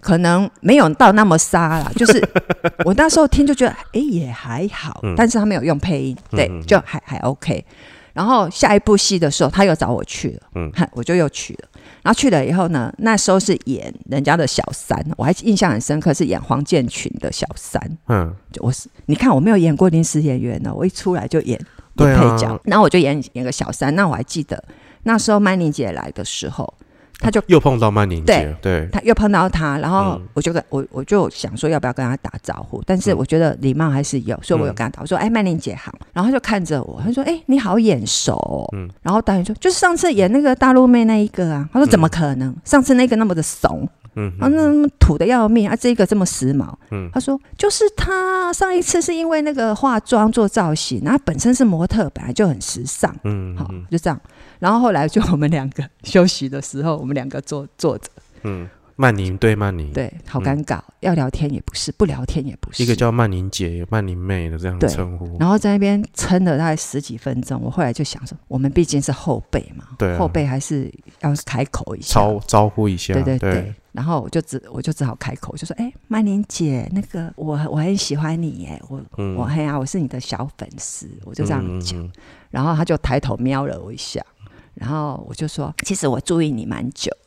可能没有到那么沙啦，就是 我那时候听就觉得哎也还好，嗯但是他没有用配音，对，就还还 OK。然后下一部戏的时候，他又找我去了，嗯，我就又去了。然后去了以后呢，那时候是演人家的小三，我还印象很深刻，是演黄建群的小三。嗯，就我是你看我没有演过临时演员哦呢，我一出来就演对啊配角，然后我就演演个小三。那我还记得那时候曼妮姐来的时候，她就又碰到曼宁姐，对，嗯她又碰到她，然后我就跟、我我就想说要不要跟她打招呼，但是我觉得礼貌还是有，嗯所以我有跟她打，我说哎曼妮姐好，然后她就看着我，她说哎你好眼熟、哦，嗯然后导演说就是上次演那个大陆妹那一个啊，她说怎么可能，上次那个那么的怂，嗯啊，那么土的要命啊，这个这么时髦。嗯，他说就是他上一次是因为那个化妆做造型，然后本身是模特，本来就很时尚。嗯好，就这样。然后后来就我们两个休息的时候，我们两个坐坐着，嗯，曼宁对曼宁，对，好尴尬。要聊天也不是，不聊天也不嗯是。一个叫曼宁姐、曼宁妹的这样对称呼，然后在那边撑了大概十几分钟，我后来就想说，我们毕竟是后辈嘛，对啊后辈还是要开口一下，招招呼一下，对对对。对，然后我就只我就只好开口，就说：“哎、曼玲姐，那个我我很喜欢你耶，我、我嘿啊，我是你的小粉丝。”我就这样嗯嗯嗯讲。嗯然后他就抬头瞄了我一下，然后我就说：“其实我注意你蛮久了。”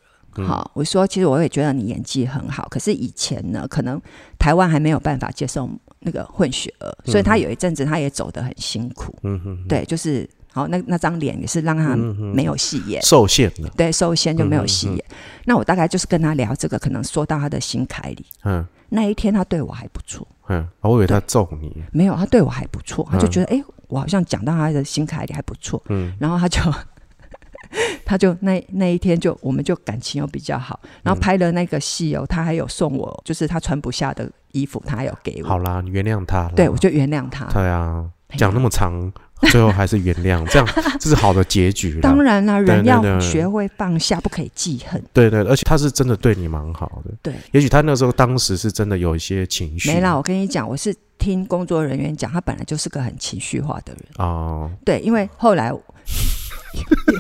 嗯好，我说其实我也觉得你演技很好，可是以前呢，可能台湾还没有办法接受那个混血儿，所以他有一阵子他也走得很辛苦。嗯哼，对，就是好那那张脸也是让他没有戏演。受限了，对，收先就没有嗯戏演。那我大概就是跟他聊这个，可能说到他的心坎里。嗯那一天他对我还不错，嗯，啊我以为他揍你，没有，他对我还不错，他就嗯觉得哎、诶我好像讲到他的心坎里还不错。嗯然后他就 他就那那一天就我们就感情又比较好，然嗯后拍了那个戏哦，他还有送我就是他穿不下的衣服，他还有给好我。啦，你原谅他了，对，我就原谅他。对啊，哎呀讲那么长，最后还是原谅，这样这是好的结局啦。当然啦，人对要对学会放下，不可以记恨。对对，而且他是真的对你蛮好的。对，也许他那时候当时是真的有一些情绪。没啦，我跟你讲，我是听工作人员讲，他本来就是个很情绪化的人。哦，对，因为后来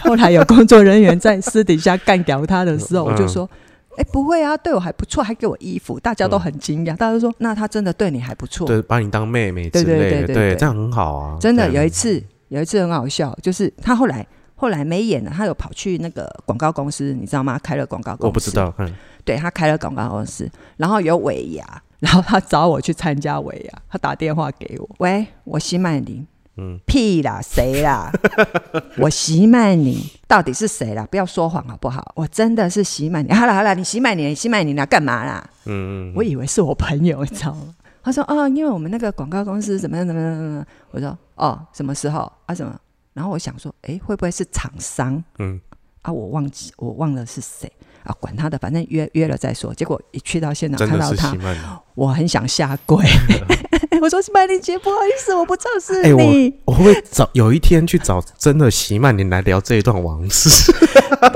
后来有工作人员在私底下干掉他的时候，嗯我就说：“哎、哎，不会啊，对我还不错，还给我衣服，大家都很惊讶，大家都说那他真的对你还不嗯错，对，把你当妹妹之对对类的，对对对这样很好啊。真的对有一次，有一次很好笑，就是他后来后来没演了，他有跑去那个广告公司，你知道吗？开了广告公司，我不知，道，嗯，对他开了广告公司，然后有尾牙， 然后他找我去参加尾牙，他打电话给我，喂，我徐曼玲。嗯屁啦，谁啦？我徐曼宁到底是谁啦？不要说谎好不好？我真的是徐曼宁。好了好了，你徐曼宁，你徐曼宁啦，干嘛啦？嗯嗯，我以为是我朋友，你知道吗？他说哦，因为我们那个广告公司怎么样怎么样怎么样。我说哦，什么时候啊？什么？然后我想说，诶，会不会是厂商？嗯啊，我忘记我忘了是谁啊，管他的，反正约约了再说。结果一去到现场真看的到是他希，曼。我很想下跪。 我说曼玲姐，不好意思，我不知道是哎我你。我会找有一天去找真的席曼玲来聊这一段往事，啊，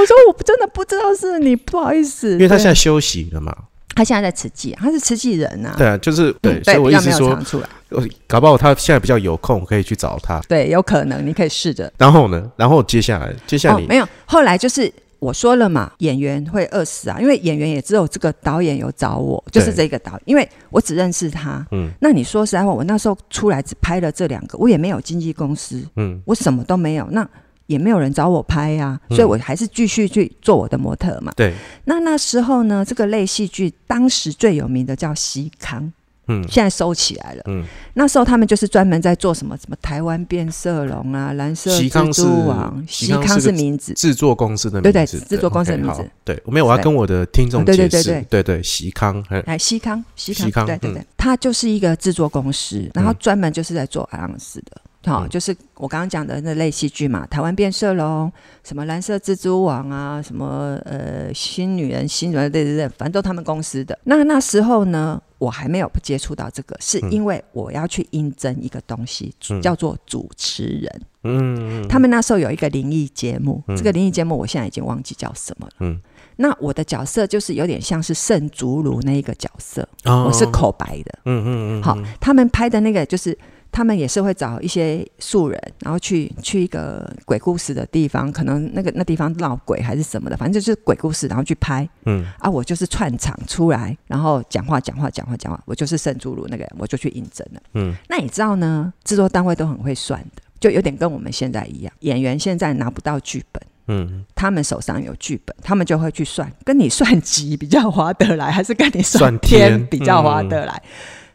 我说我真的不知道是你，不好意思，因为他现在在休息了嘛。他现在在慈济，他是慈济人啊。对啊，就是对，嗯所以我比意较思没有说，常出来，呃搞不好他现在比较有空，可以去找他。对，有可能你可以试着。然后呢，然后接下来，接下来哦你，没有，后来就是我说了嘛，演员会饿死啊，因为演员也只有这个导演有找我，就是对这个导演，因为我只认识他。嗯那你说实在话，我那时候出来只拍了这两个，我也没有经纪公司，嗯我什么都没有，那也没有人找我拍呀、所以我还是继续去做我的模特嘛。对，那那时候呢，这个类戏剧当时最有名的叫西康，嗯现在收起来了。嗯，那时候他们就是专门在做什么什么台湾变色龙啊、蓝色西康蜘是蛛网，西西康康是是个名字，制作公司的名对对字，制作公司的 OK，名好字，对，我没有，我要对跟我的听众对解对对释，对对，席康，嘿哎，西康，西康，西康对对嗯对，它就是一个制作公司，然后嗯专门就是在做阿郎斯的。好、嗯就是我刚刚讲的那类戏剧嘛，台湾变色龙，什么蓝色蜘蛛网啊，什么呃新女人、新女人，对对对，反正都他们公司的。那那时候呢，我还没有接触到这个，是嗯因为我要去应征一个东西，嗯叫做主持人。嗯，嗯他们那时候有一个灵异节目，嗯这个灵异节目我现在已经忘记叫什么了。嗯那我的角色就是有点像是圣竹如那一个角色，哦我是口白的。嗯嗯嗯，好嗯，他们拍的那个就是。他们也是会找一些素人，然后去去一个鬼故事的地方，可能那个那地方闹鬼还是什么的，反正就是鬼故事，然后去拍嗯啊。我就是串场出来，然后讲话讲话讲话讲话，我就是圣竹如那个人，我就去应征了。嗯那你知道呢？制作单位都很会算的，就有点跟我们现在一样，演员现在拿不到剧本。嗯，他们手上有剧本，他们就会去算，跟你算集比较划得来，还是跟你算天天嗯比较划得来？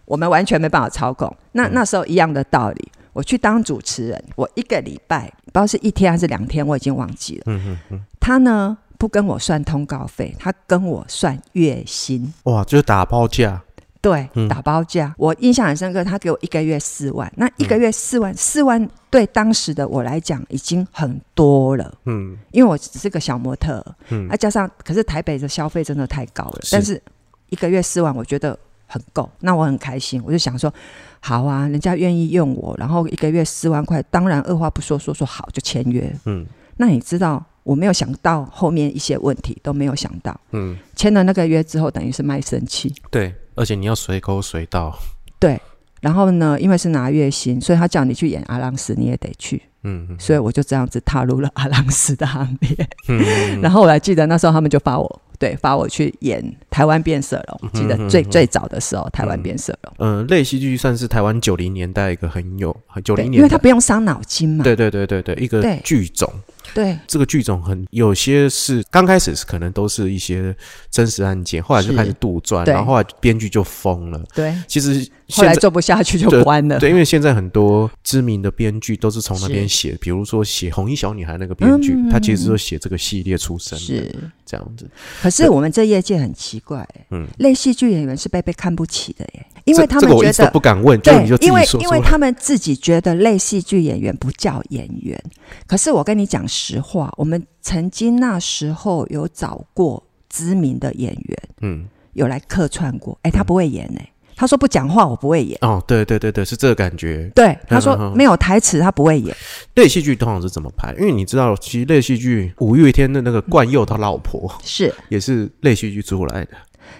我们完全没办法操控。那那时候一样的道理，我去当主持人，我一个礼拜不知道是一天还是两天，我已经忘记了。嗯嗯嗯，他呢不跟我算通告费，他跟我算月薪。哇，就是打包价，对嗯，打包价，我印象很深刻。他给我一个月四万，那一个月嗯四万，四万对当时的我来讲已经很多了。嗯因为我只是个小模特，嗯啊，加上可是台北的消费真的太高了，是但是一个月四万，我觉得很够，那我很开心，我就想说，好啊，人家愿意用我，然后一个月四万块，当然二话不说说说好就签约。嗯那你知道我没有想到后面一些问题都没有想到，嗯，签了那个约之后，等于是卖身契，对，而且你要随口随到，对。然后呢，因为是拿月薪，所以他叫你去演阿郎斯，你也得去，嗯嗯所以我就这样子踏入了阿郎斯的行列。嗯，然后我还记得那时候他们就发我，对，发我去演台湾变色龙。记得最、嗯最早的时候，台湾变色龙，嗯，类戏剧算是台湾九零年代一个很有九零对，因为年代他，不用伤脑筋嘛，对对对对对，一个对剧种。对这个剧种很有些是刚开始是可能都是一些真实案件，后来就是开始杜撰，对然后后来编剧就疯了。对。其实后现来在做不下去就关 了，对，因为现在很多知名的编剧都是从那边是写，比如说写《红衣小女孩》那个编剧，嗯他其实就写这个系列出身的，是。这样子。可是我们这业界很奇怪、嗯类戏剧演员是被被看不起的耶，因为这他这们个我一觉直都得。不敢问，就对你就，自因己为说因出为来。他们自己觉得类戏剧演员不叫演员，可是我跟你讲实话，我们曾经那时候有找过知名的演员，嗯，有来客串过，哎、他不会演哎、他说不讲话我不会演，哦，对对对对，是这个感觉。对，他嗯说嗯没有台词他不会演，类戏剧通常是怎么拍？因为你知道，其实类戏剧五月天的那个冠佑他老婆是也是类戏剧出来的。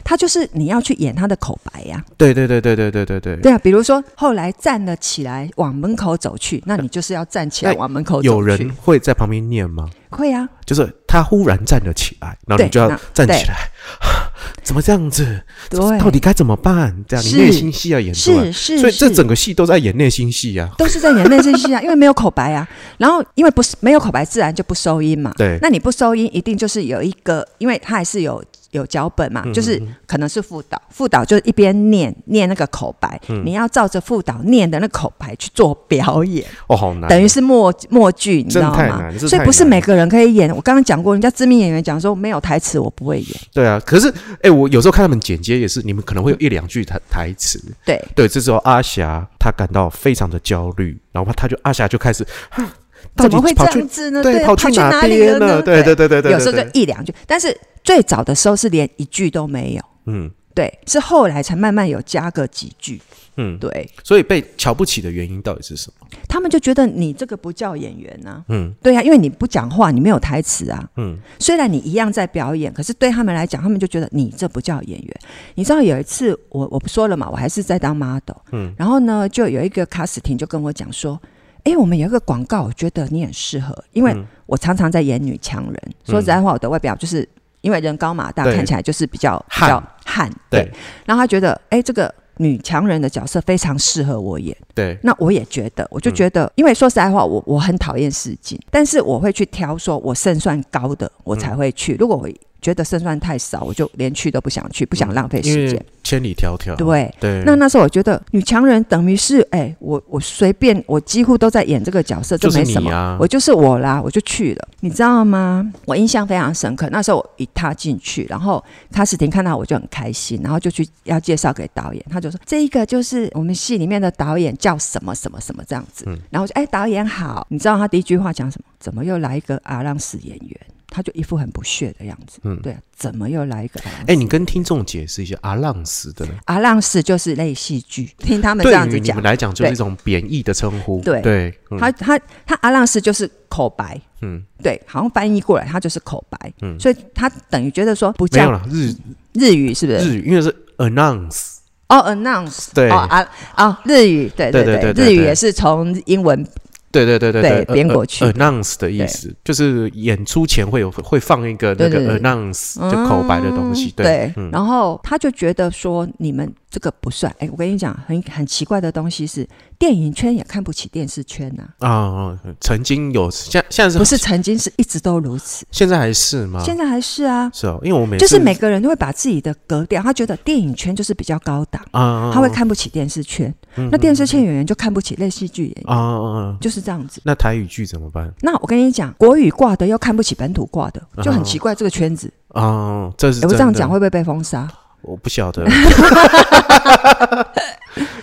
他就是你要去演他的口白呀、对对对对对对对对。对啊，比如说后来站了起来，往门口走去，那你就是要站起来那往门口走去。哎有人会在旁边念吗？会啊，就是他忽然站了起来，然后对你就要那站起来， 怎么这样子？对，到底该怎么办？这样你哎是内心戏要演出来，是是，所以这是整个戏都在演内心戏啊。都是在演内心戏啊，因为没有口白啊， 然后因为不是没有口白，自然就不收音嘛。对那你不收音，一定就是有一个，因为它还是有有脚本嗯嘛，就是可能是副导，副导就是一边念念那个口白，嗯你要照着副导念的那口白去做表演，哦，好难哦，等于是默默剧，你知真的道太吗难？这所以太不是难每个人可以演。我刚刚讲过，人家知名演员讲说没有台词我不会演，对啊。可是，哎、我有时候看他们剪接也是，你们可能会有一两句台台词。对。对，这时候阿霞她感到非常的焦虑，然后她就阿霞就开始，啊到怎底么会这跑去样子呢？对啊跑跑去去哪里边了呢？对对对对对，有时候对就一两句，但是最早的时候是连一句都没有，嗯对，是后来才慢慢有加个几句，嗯，对所以被瞧不起的原因到底是什么？他们就觉得你这个不叫演员呐、嗯对呀、因为你不讲话，你没有台词啊。嗯，虽然你一样在表演，可是对他们来讲，他们就觉得你这不叫演员。你知道有一次我我不说了嘛，我还是在当 model，嗯，然后呢，就有一个 casting 就跟我讲说。哎，我们有一个广告，我觉得你很适合，因嗯为我常常在演女强人。说实在话，我的外表就是因为人高马大，对看起来就是比较比悍较悍，对然后他觉得，哎，这个女强人的角色非常适合我演。对，那我也觉得，我嗯就觉得，因为说实在话，我我很讨厌试镜，但是我会去挑，说我胜算高的，我才会嗯去。如果我觉得胜算太少，我就连去都不想去，不想浪费因时间为。千里迢迢，对。对，那那时候我觉得女强人等于是，哎、我我随便，我几乎都在演这个角色，这就是没什你么，啊，我就是我啦，我就去了，你知道吗？我印象非常深刻。那时候我一踏进去，然后卡斯汀看到我就很开心，然后就去要介绍给导演，他就说这一个就是我们戏里面的导演叫什么什么什么这样子。嗯然后我就哎、导演好，你知道他第一句话讲什么？怎么又来一个阿浪式演员？他就一副很不屑的样子。嗯对啊，怎么又来一个阿浪式？哎、你跟听众解释一下阿浪死的呢，阿浪式就是类戏剧，听他们这对样于子你讲们，来讲就是对一种贬义的称呼，对对，嗯他他他阿浪式就是口白。嗯对，好像翻译过来，他就是口白，嗯所以他等于觉得说不没有叫了日日语是不是？日语，因为是 announce，哦、a n n o u n c e 对哦啊啊，日语，对对对对对日语对也是从英文对对对对对呃编呃过去 announce 的意思，就是演出前会有会放一个那对对个对 announce 就口白的东西，嗯对，嗯然后他就觉得说你们这个不算，哎，我跟你讲，很很奇怪的东西是，电影圈也看不起电视圈 呐、啊、呃曾经有，现现在不是是曾经是一直都如此，现在还是吗？现在还是啊，是哦，因为我每次就是每个人都会把自己的格调，他觉得电影圈就是比较高档，啊，他会看不起电视圈，嗯那电视圈演员就看不起类戏剧演员，啊啊啊，就是这样子。那台语剧怎么办？那我跟你讲，国语挂的又看不起本土挂的，就很奇怪。这个圈子，啊，这啊是诶我这样讲会会不会被封杀？我不晓 得，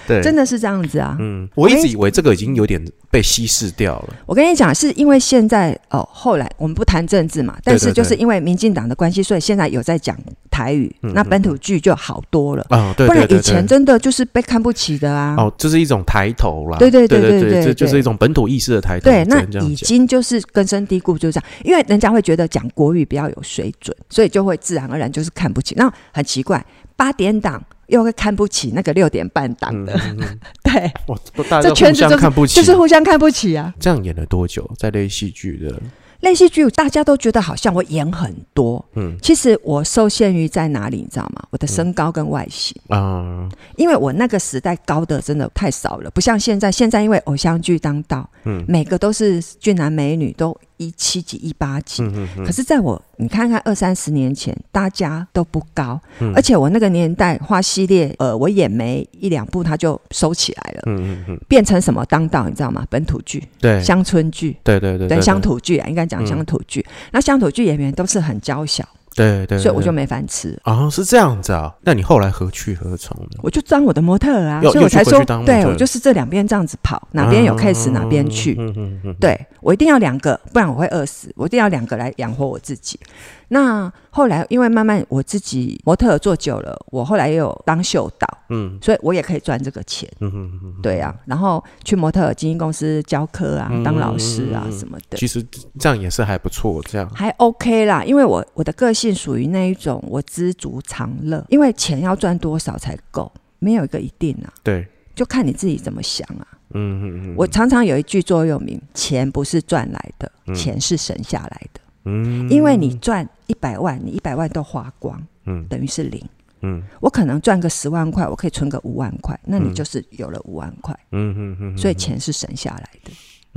对，真的，的是这样子啊！嗯，我一直以为这个已经有点被稀释掉了，我跟你讲，是因为现在哦，后来我们不谈政治嘛，但对是对就是因为民进党的关系，所以现在有在讲台语，那本土剧就好多了。啊，嗯对不对然对以前对。真的就是被看不起的啊。哦，这是一种抬头啦，对对对对对对，对这就是对一种本土意识的抬头，对，只那哦能这样已讲经就是根深蒂固，就是这样，因为人家会觉得讲国语比较有水准，所以就会自然而然就是看不起。那很奇怪，八点档又会看不起那个六点半嗯档的， 对，哇，不大家这都圈互子相就是看不起，就是互相看不起啊。这样演了多久？在类戏剧的，类戏剧大家都觉得好像我演很多，嗯其实我受限于在哪里，你知道吗？我的身高跟外形，啊、因为我那个时代高的真的太少了，不像现在，现在因为偶像剧当道，嗯每个都是俊男美女，都一七几一八几，嗯嗯可是，在我你看看二三十年前，大家都不高，嗯而且我那个年代画系列，呃，我演没一两部，它就收起来了，嗯嗯哎嗯，变成什么当道，你知道吗？本土剧、对，乡村剧，对对对嗯对乡相同，土剧啊，应该讲乡土剧。那乡土剧演员都是很娇小，对对，所以我就对没饭吃。哦是这样子啊，那你后来何去何从呢？我就当我的模特儿啊，又所以我才又去说回去当，模特对我就是这两边这样子跑，哪边有 case、哪边去。嗯嗯嗯，对我一定要两个，不然我会饿死。我一定要两个来养活我自己。那后来因为慢慢我自己模特儿做久了，我后来也有当秀导，嗯所以我也可以赚这个钱。嗯嗯嗯，对啊，然后去模特儿经纪公司教课啊，当老师啊嗯嗯嗯嗯什么的，其实这样也是还不错，这样还 OK 啦。因为我我的个性近属于那一种我知足常乐，因为钱要赚多少才够，没有一个一定啊，对，就看你自己怎么想啊。嗯嗯嗯，我常常有一句座右铭：钱不是赚来的，钱是省下来的。嗯，因为你赚一百万，你一百万都花光，嗯等于是零。嗯我可能赚个十万块，我可以存个五万块，那你嗯就是有了五万块，嗯嗯嗯，所以钱是省下来的。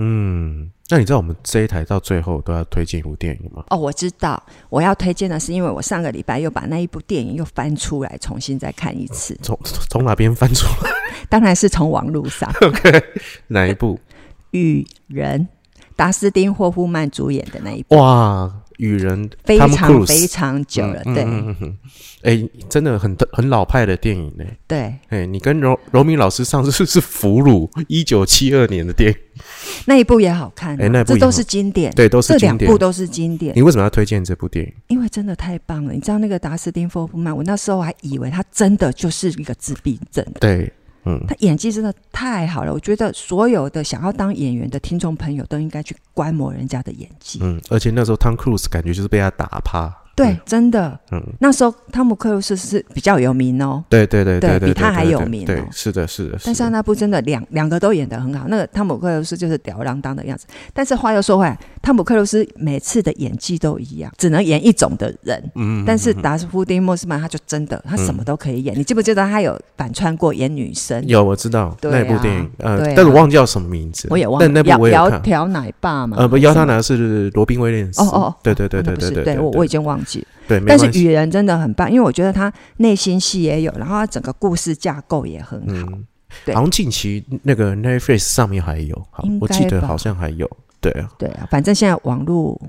嗯，那你知道我们这一台到最后都要推荐一部电影吗？哦，我知道，我要推荐的是，因为我上个礼拜又把那一部电影又翻出来，重新再看一次，从从哪边翻出 来？当然是从网络上，《哪一部？雨人》，达斯汀·霍夫曼主演的那一部，哇，雨人非哦 Tom 常 Cruise 非常久了，嗯对、嗯嗯嗯嗯哎，真的很很老派的电影呢。对。哎，你跟柔柔米老师上次是《俘虏》，一九七二年的电影，那一部也好看、啊，哎那部这也都好是经典。对，都是这经两典部。都是经典，你为什么要推荐这部电影？因为真的太棒了。你知道那个达斯汀·霍夫曼，我那时候还以为他真的就是一个自闭症的，对，嗯，他演技真的太好了。我觉得所有的想要当演员的听众朋友都应该去观摩人家的演技。嗯，而且那时候 Tom Cruise 感觉就是被他打趴。对，真的，嗯那时候汤姆·克鲁斯是比较有名哦。对对对对对，比他对还对有对名对哦，是的，是的。但是他的那部真的两两个都演得很好，那个汤姆·克鲁斯就是吊儿郎当的样子。但是话又说回来，汤姆·克鲁斯每次的演技都一样，只能演一种的人。嗯，但是达斯夫丁·莫斯曼他就真的他什么都可以演，你记不记得他有反串过演女生？有我知道对那部啊电影，呃对，但是啊我忘记叫什么名字，我也忘但那了，部我窈也有窈看。窕奶爸嘛，呃，不，腰什他么拿的是罗宾威廉斯。哦哦哦对对对对那不是对对对，我我已经忘记，对，没但是关系雨人真的很棒，因为我觉得他内心戏也有，然后他整个故事架构也很好。嗯，对好像近期那个 Netflix 上面还有，好应，我该记得吧好像还有。对啊，对啊，反正现在网络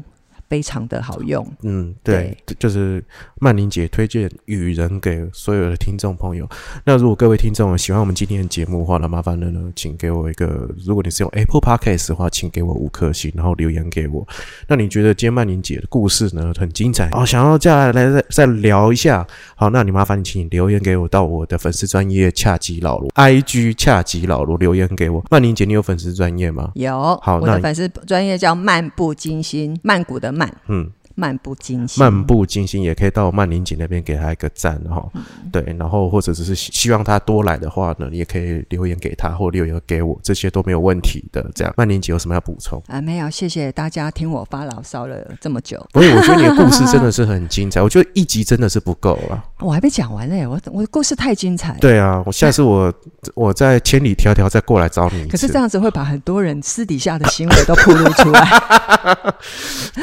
非常的好用。嗯，对，就是曼玲姐推荐《雨人》给所有的听众朋友。那如果各位听众喜欢我们今天的节目的话呢，麻烦了呢，请给我一个，如果你是用 Apple Podcast 的话，请给我五颗星，然后留言给我。那你觉得今天曼玲姐的故事呢很精彩哦，想要接下来再再聊一下，好，那你麻烦你请你留言给我到我的粉丝专业恰吉老罗 IG 恰吉老罗留言给我。曼玲姐，你有粉丝专业吗？有，好我那的你粉丝专业叫漫不经心，曼谷的曼，嗯，漫不经心。漫不经心，也可以到曼玲姐那边给她一个赞哈。嗯对，然后或者只是希希望她多来的话呢，你也可以留言给她或留言给我，这些都没有问题的。这嗯样，曼玲姐有什么要补充？啊，没有，谢谢大家听我发牢骚了这么久，不是，我觉得你的故事真的是很精彩，我觉得一集真的是不够 了。哦我还没讲完嘞、我我的故事太精彩了。对啊，我下次我我再千里迢迢再过来找你一次。可是这样子会把很多人私底下的行为都暴露出来。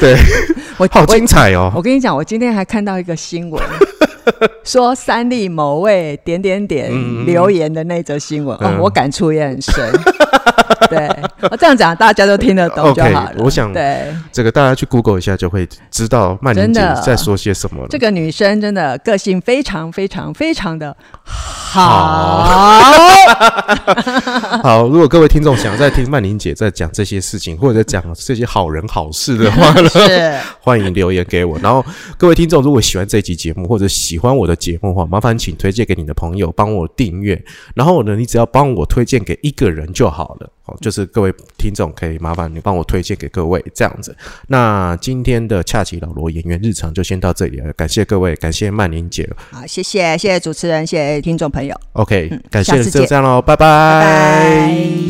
对， 我好我精彩哦！我跟你讲，我今天还看到一个新闻， 说三立某位点点点留言的那则新闻，嗯哦，我感触也很深。对，我这样讲大家都听得懂 就 OK，好了。我想对这个大家去 Google 一下就会知道曼玲姐真的在说些什么了这。个女生真的个性非常非常非常的好好。好，如果各位听众想再听曼玲姐在讲这些事情，或者讲这些好人好事的话 呢，是，欢迎留言给我。然后各位听众，如果喜欢这期节目或者喜欢我的节目的话，麻烦请推荐给你的朋友，帮我订阅。然后呢，你只要帮我推荐给一个人就好了。好，就是各位听众可以麻烦你帮我推荐给各位这样子。那今天的恰吉老罗演员日常就先到这里了，感谢各位，感谢曼玲姐。 好，谢谢，谢谢主持人，谢谢听众朋友， OK，、感下谢，次就见这样喽，拜拜